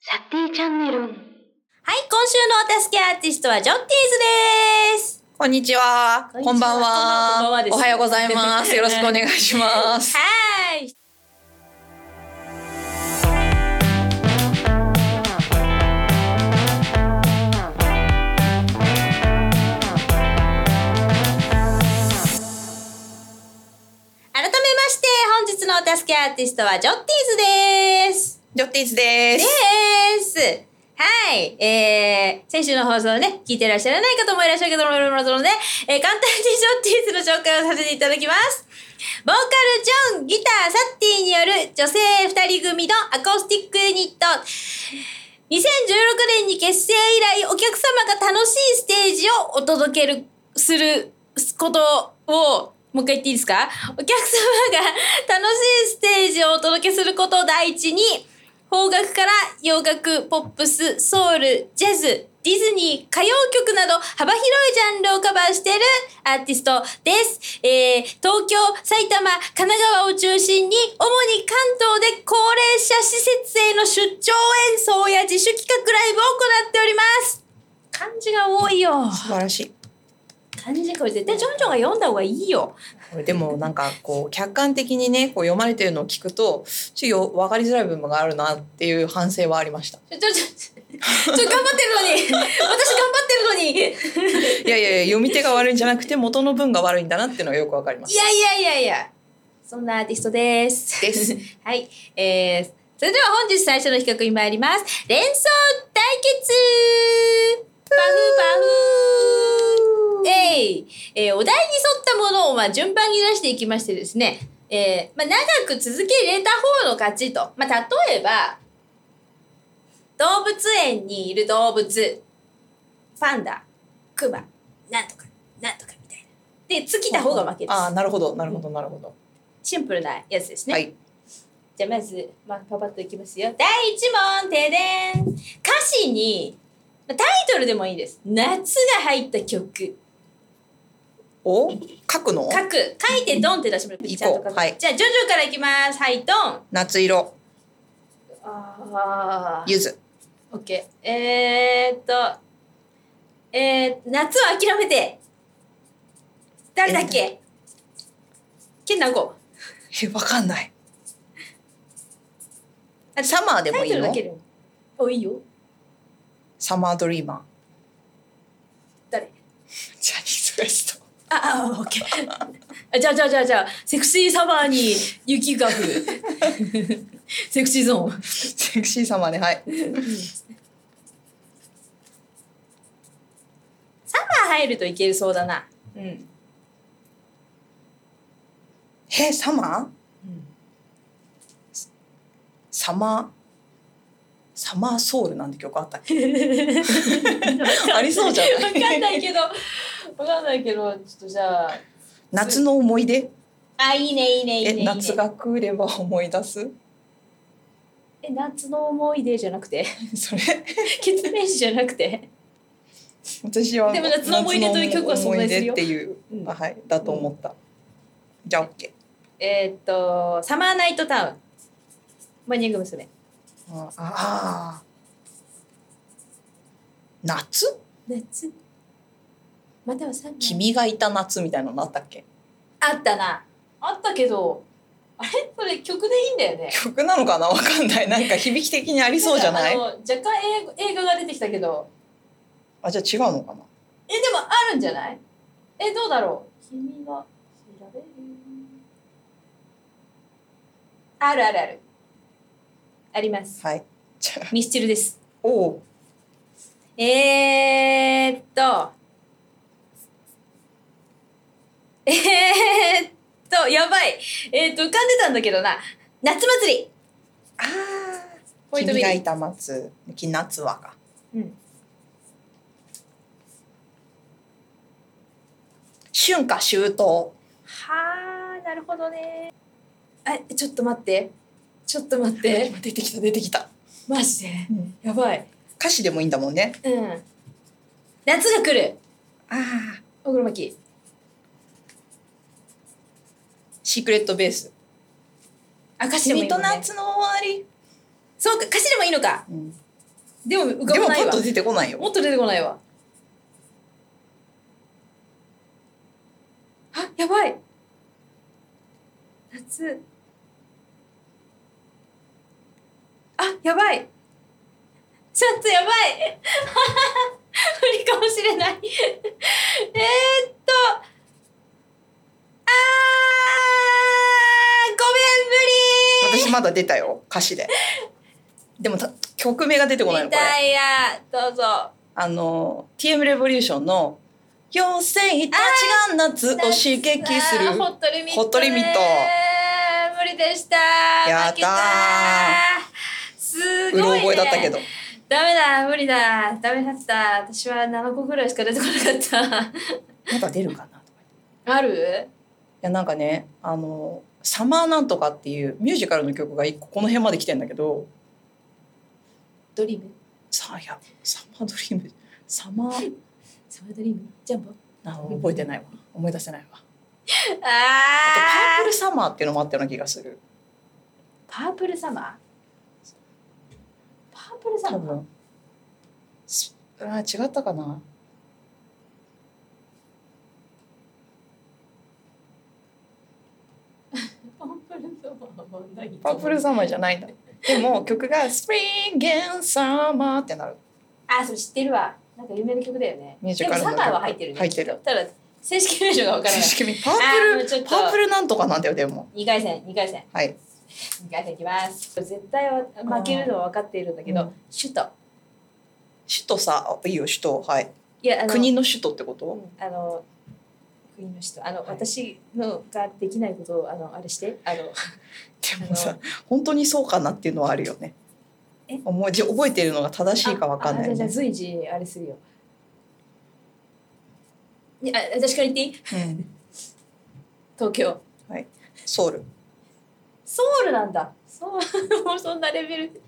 サティチャンネルはい、今週のお助けアーティストはジョッティーズです。こんにちは。こんにちはこんばんこんばんははで。すおはようございます。よろしくお願い します。はーい。改めまして、本日のお助けアーティストはジョッティーズです。ジョッティーズで。ですす。はい。えー、先週の放送をね、聞いてらっしゃらない方もいらっしゃるけども、いろいろなので、えー簡単にジョッティーズの紹介をさせていただきます。ボーカル、ジョン、ギター、サッティによる女性二人組のアコースティックユニット。2016年に結成以来、お客様が楽しいステージをお届ける、することを、もう一回言っていいですかお客様が楽しいステージをお届けすることを第一に、邦楽から洋楽、ポップス、ソウル、ジャズ、ディズニー、歌謡曲など幅広いジャンルをカバーしているアーティストです。えー、東京、埼玉、神奈川を中心に主に関東で高齢者施設への出張演奏や自主企画ライブを行っております。漢字が多いよ。素晴らしい。漢字これ絶対ジョンジョンが読んだ方がいいよ。これでもなんかこう客観的にねこう読まれてるのを聞くとちょっと分かりづらい部分があるなっていう反省はありました。ちょ、ちょ、ちょ、ちょ頑張 ってるのに私頑張ってるのにいやいやいや読み手が悪いんじゃなくて元の文が悪いんだなっていうのがよくわかりまいす。やいやいやいや。そんなアーティストです。です。はい。えー、それでは本日最初の企画に参ります。連想対決パフパフえい、えーお題に沿ったものをまあ順番に出していきましてですね、えーまあ、長く続け入れた方の勝ちと。まあ、例えば、動物園にいる動物、パンダ、クマ、なんとか、なんとかみたいな。で、尽きた方が負けでああす。なるほどなるほどなるほど。シンプルなやつですね。はい。じゃあまず、まあ、パパッといきますよ。第1問、停電歌詞に、まあタイトルでもいいです。夏が入った曲。お書くの書く。書いてドンって出してもらって、行ちゃんとこう書く。はいじゃあ、ジョジョからいきます。はい、ドン。夏色あー。柚子オッケー。えーっと、えー、夏を諦めて。誰だっけケンナゴ。えわかんないあ。サマーでタもイいトいルだのけ？でも。お、いいよ。サマードリーマー。誰ジャニーズ WEST あ、あ、オッケー。あじゃあじゃあじゃあじゃあ、セクシーサマーに雪が降る。 セクシーゾーン。セクシー様ねはいサマー入るといけるそうだな。 うん。えサマーサマーサマーソウルなんて曲あったっ けありそうじゃわなかんいないけど、わかんないけど、ちょっとじゃあ。夏の思い出あ、いいね、いいね、いいね。いいねえ夏。が来れば思い出す え、夏の思い出じゃなくて、 それ結面師じゃなくて。私はでも夏の思い出という曲は存在するよ夏の思い出っていう、うんあはいだと思った、じゃあ OK えーっと、サマーナイトタウン。モーニング娘。ああー夏夏。またはサマー君がいた夏みたいなのあったっけあったな。あったけど、あれそれ曲でいいんだよね。曲なのかなわかんないなんか響き的にありそうじゃないんかあの若干映画映画が出てきたけど。あじゃあ違うのかなえ、でもあるんじゃないえ、どうだろう君が調べる。あるあるある。あります。はいじゃあミスチルです。おおえー、っと。えー、っと、やばい。えー、っと、浮かんでたんだけどな。夏祭りあポイント君ビがーいた松木夏はかうん春夏秋冬はあなるほどねあちょっと待ってちょっと待って今出てきた出てきた、マジでやばい歌詞でもいいんだもんねうん夏が来るああ小黒巻シークレットベースあ歌詞でもいい君もとん、ね、夏の終わり、そうか歌詞でもいいのかうんでも浮でかばもパないッわと出てこないよもっと出てこないわあやばい夏あやばいちょっとやばい 無理かもしれない えーっとあーごめん無理私まだ出たよ歌詞ででもた曲名が出てこないのリこれタイアどうぞあの TM レボリューションの「妖精たちが 夏を刺激するあーホットリミットねホットリミット無理でしたやったー負けたーす」うろごい、ね、覚えだったけどダメだ無理だダメだった私は7個ぐらいしか出てこなかっまだ出るかなとかた あるいやなんかねあの「サマーなんとか」っていうミュージカルの曲が一個この辺まで来てんだけどドリームさあいやサマードリームサマーサマードリームジャンボな覚えてないわ思い出せないわあと「パーあプルサマー」っていうのもあったような気がするーパープルサマーパープルサマ多ー分すあー違ったかなパープルサマーは何パープルサマーじゃないんだでも曲が「スプリングサマー」ってなるあそれ知ってるわなんか有名な曲だよねミュージカルでのも曲サマーは入ってるね入ってるただ正式名称がわからない正式名パーあーもうプちょっルとパープルなんとかなんだよでも2回戦2回戦はい2回戦いきます絶対は負けるのは分かっているんだけど、うん首都首都さあいいよ首都はいいやあの国の首都ってこうとんあの国の首都あの、はい私のができないことをあのあれしてあのでもさ本当にそうかなっていうのはあるよねえ思いじ覚えてるのが正しいかわかんなあいあじゃあねじゃあ随時あれするよいやあ私から言っていいうん東京ソウルソウルなんだソウルもうそんなレベル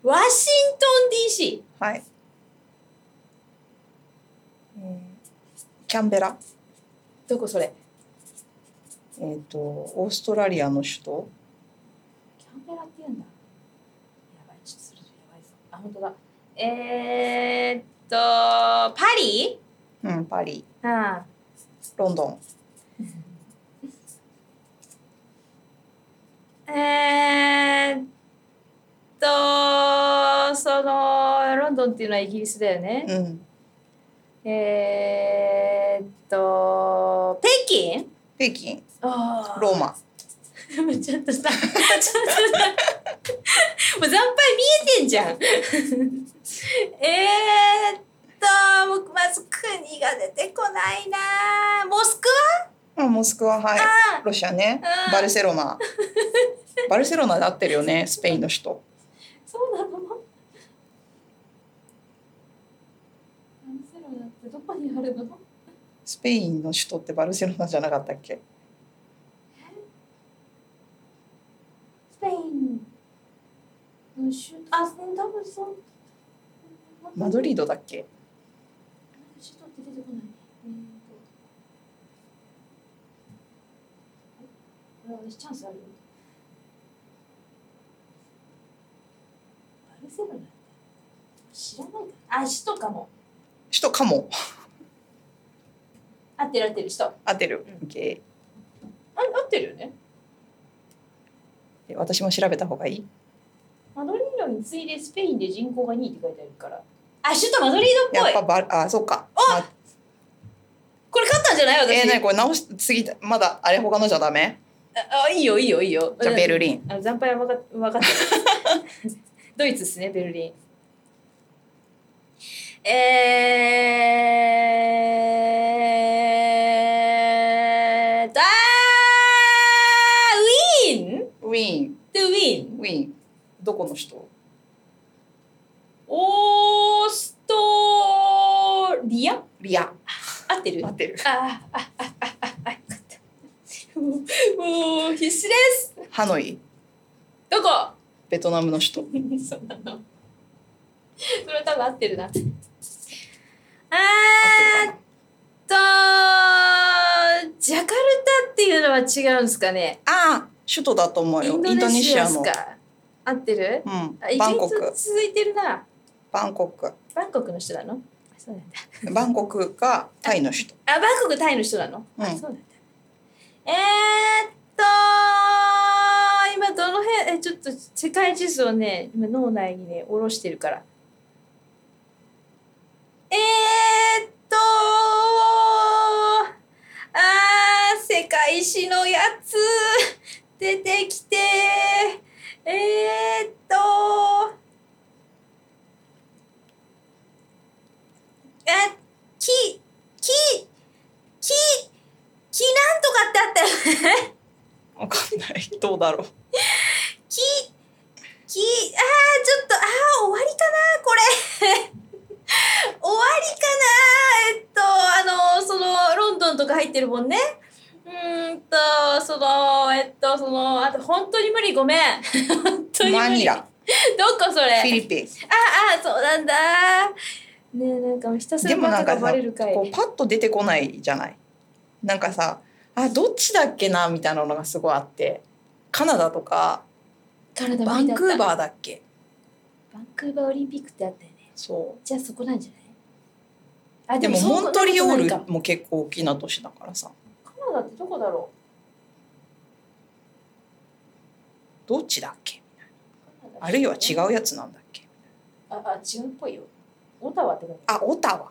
ワシントン DC はい、うんキャンベラどこそれえっ、とオーストラリアの首都キャンベラって言うんだ。やばい、ちょっとそれやばいぞ。あ、本当だ。えー、っと、パリうんパリあロンドンあえー、っと、その、ロンドンっていうのはイギリスだよね。うんえー、っと、北京北京あローマ ーマ。ちょっとさ、ちょっとさ、もう惨敗見えてんじゃん。 えーっと、もうまず国が出てこないな。モスクうんモスクワはいワロシアねうんバルセ ロナバルセロナで合ってるよねスペインの首都そうなのバルセロナってどこにあるのスペインの首都ってバルセロナじゃなかったっけスペインの州あ、多分そう。マドリードだっけ首都って出てこないね。えーとこれ私チャンスあるよ。バルセロナ知らないか。あ、首都かも。首都かも合ってる合ってる首都。あ、合ってるう OK 合ってるよね。え私も調べた方がいいマドリードに次いでスペインで人口が2位って書いてあるから。あ、首都マドリードやっっぽぱい。バルあそうかまこれ勝ったんじゃない私。えー、なにこれ直しすぎたまだあれ他のじゃダメああ、いいよいいよいいよ。じゃあベルリンあの惨敗は分か分 かってるドイツですねベルリンえーっとあーウィーンウィーンでウィーンウィーンどこの首都オーストリア合リアってる合ってるあーあああああよかった もうもう必死ですハノイどこベトナムの首都 そんなのそれは多分合ってるなあーっとジャカルタっていうのは違うんですかねああ首都だと思うよイインンドドネネシシアアっすのか合ってるうんあ一バ日ンコク続いてるなバンコクバンコクの人なのあそうなんだバンコクがタイの首都あバンコクタイの人なの、うんあそうなんだえー、っと今どの辺えちょっと世界地図をね今脳内にね下ろしてるからえー、っとあー世界史のやつ出てきてえー、っとあききききなんとかってあったよね わかんないどうだろうききあーちょっとあー終わりかなこれ 終わりかなえっとあのそのロンドンとか入ってるもんねうーんとそのえっとそのあと本当に無理ごめん 本当に無理マニラどこそれフィリピンああそうなんだねえなんかもうひたすでらもバなカんかがさバレるかいこうパッと出てこないじゃないなんかさあどっちだっけなみたいなのがすごいあってカナダとか体バンクーーバーだっけバンクーバーオリンピックってあったよねそじゃあそこなんじゃないあうでもモントリオそうーかルも結構大きな都市だからさカナダってどこだろどっちだっけうあるいは違ううやつなんだっけああ違うっぽいよオタワってことあオタワ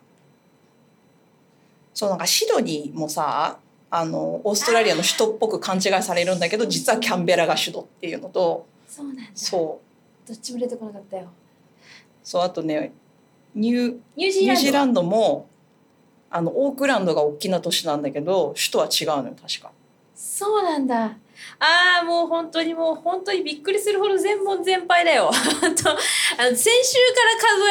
そうなんかシドニーもさあのオーストラリアの首都っぽく勘違いされるんだけど実はキャンベラが首都っていうのとそうなんだそうどっちも出てこなかったよそうあとねニューニュージーラニュンードジーランドもあのオークランドが大きな都市なんだけど首都は違うのよ確かそうなんだああもう本当にもう本当にびっくりするほど全問全敗だよ ほんとあの先週から数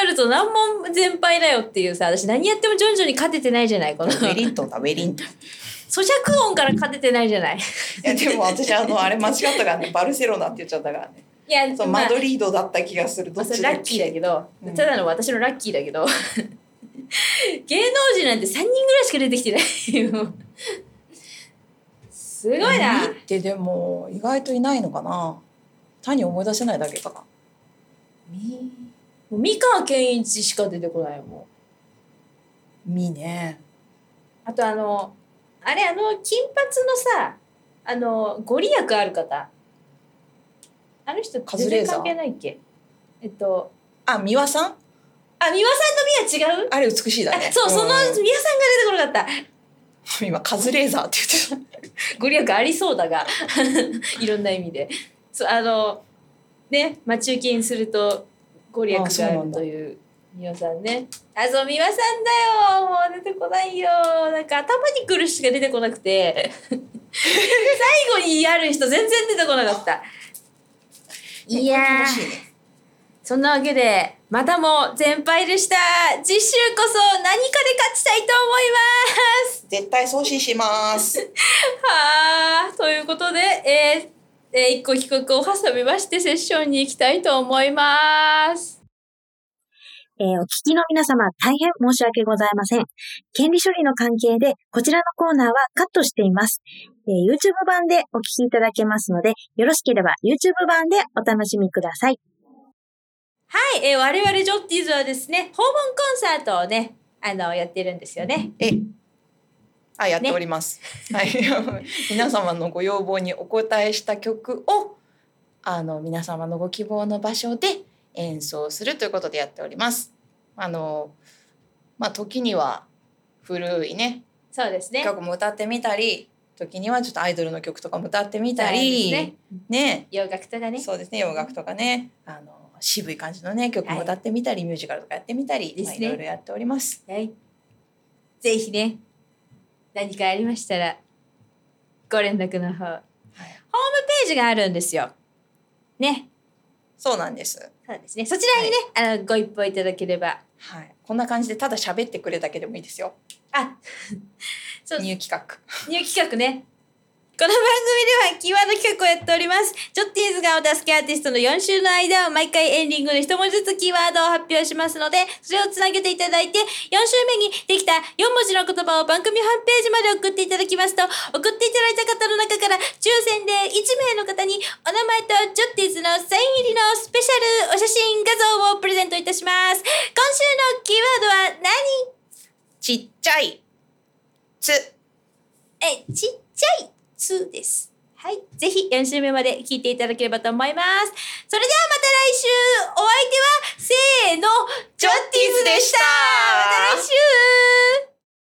えると何問全敗だよっていうさ私何やっても徐々に勝ててないじゃないこ のウェ咀リント ンだウェリントンい嚼音から勝ててないじゃないやでも私 あのあれ間違ったからねバルセロナって言っちゃったからねいやそうまあマドリードだった気がするどまあ、っそれちラだッっキーだけけど、うんただの私のラッキーだけど 芸能人なんて3人ぐらいしか出てきてないよすごいなウィってでも意外といないのかな単に思い出せないだけかなみもう三河健一しか出てこないよもミねうあとあのあれあの金髪のさあのご利益ある方あの人カ全ズレ然ーザー関係ないっけえっとあ美輪さんあ美輪さんと美輪違うあれ美しいだあ ねそうその美輪さんが出んてこなかった今カズレーザーって言って ご利益ありそうだが いろんな意味でそうあのね待ち受けにするとご利益あそうがあなるんだという美輪さんねあそう美輪さんだよもう出てこないよなんか頭にくるしか出てこなくて 最後にやる人全然出てこなかったたいやー楽しいねそんなわけでまたも全敗でした次週こそ何かで勝ちたいと思います絶対送信します はあということで、えーえー一個帰国を挟みましてセッションに行きたいと思います。えーお聞きの皆様、大変申し訳ございません。権利処理の関係で、こちらのコーナーはカットしています。えー YouTube 版でお聞きいただけますので、よろしければ YouTube 版でお楽しみください。はい、えー我々ジョッティーズはですね、訪問コンサートをね、あの、やってるんですよね。ええあやっております、はい 皆様のご要望にお応えした曲をあの皆様のご希望の場所で演奏するということでやっておりますあのまあ時には古いねそうですね。曲も歌ってみたり時にはちょっとアイドルの曲とかも歌ってみたそりうですねね洋楽とかね。そうですね洋楽とかねあの渋い感じのね曲も歌ってみたり、ミュージカルとかやってみたり、でまあ、すいねろいろやっておりますはい。ぜひね、何かありましたら、ご連絡の方。ホームページがあるんですよ。ね。そうなんですそうですね。そちらにね、あの、ご一報いただければ。はい、こんな感じでただ喋ってくれだけでもいいですよ。 あ、そう、入企画。ニュー企画ね。この番組ではキーワード企画をやっております。ジョッティーズがお助けアーティストの4週の間を毎回エンディングで一文字ずつキーワードを発表しますので、それをつなげていただいて、4週目にできた4文字の言葉を番組ホームページまで送っていただきますと、送っていただいた方の中から抽選で1名の方にお名前とジョッティーズのサイン入りのスペシャルお写真画像をプレゼントいたします。今週のキーワードは何ちっちゃい。つ。え、ちっちゃい「つ」です。はい。ぜひ4週目まで聞いていただければと思います。それではまた来週お会い